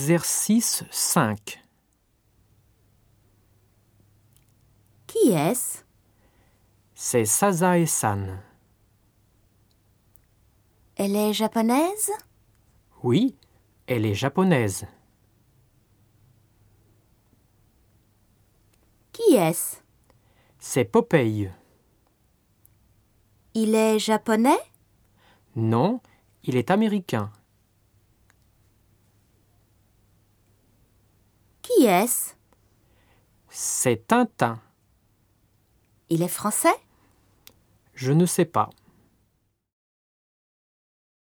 Exercice 5. Qui est-ce C'est Sazae-san. Elle est japonaise Oui, elle est japonaise. Qui est-ce C'est Popeye. Il est japonais Non, il est américain. Qui est-ce C'est Tintin. Il est français Je ne sais pas.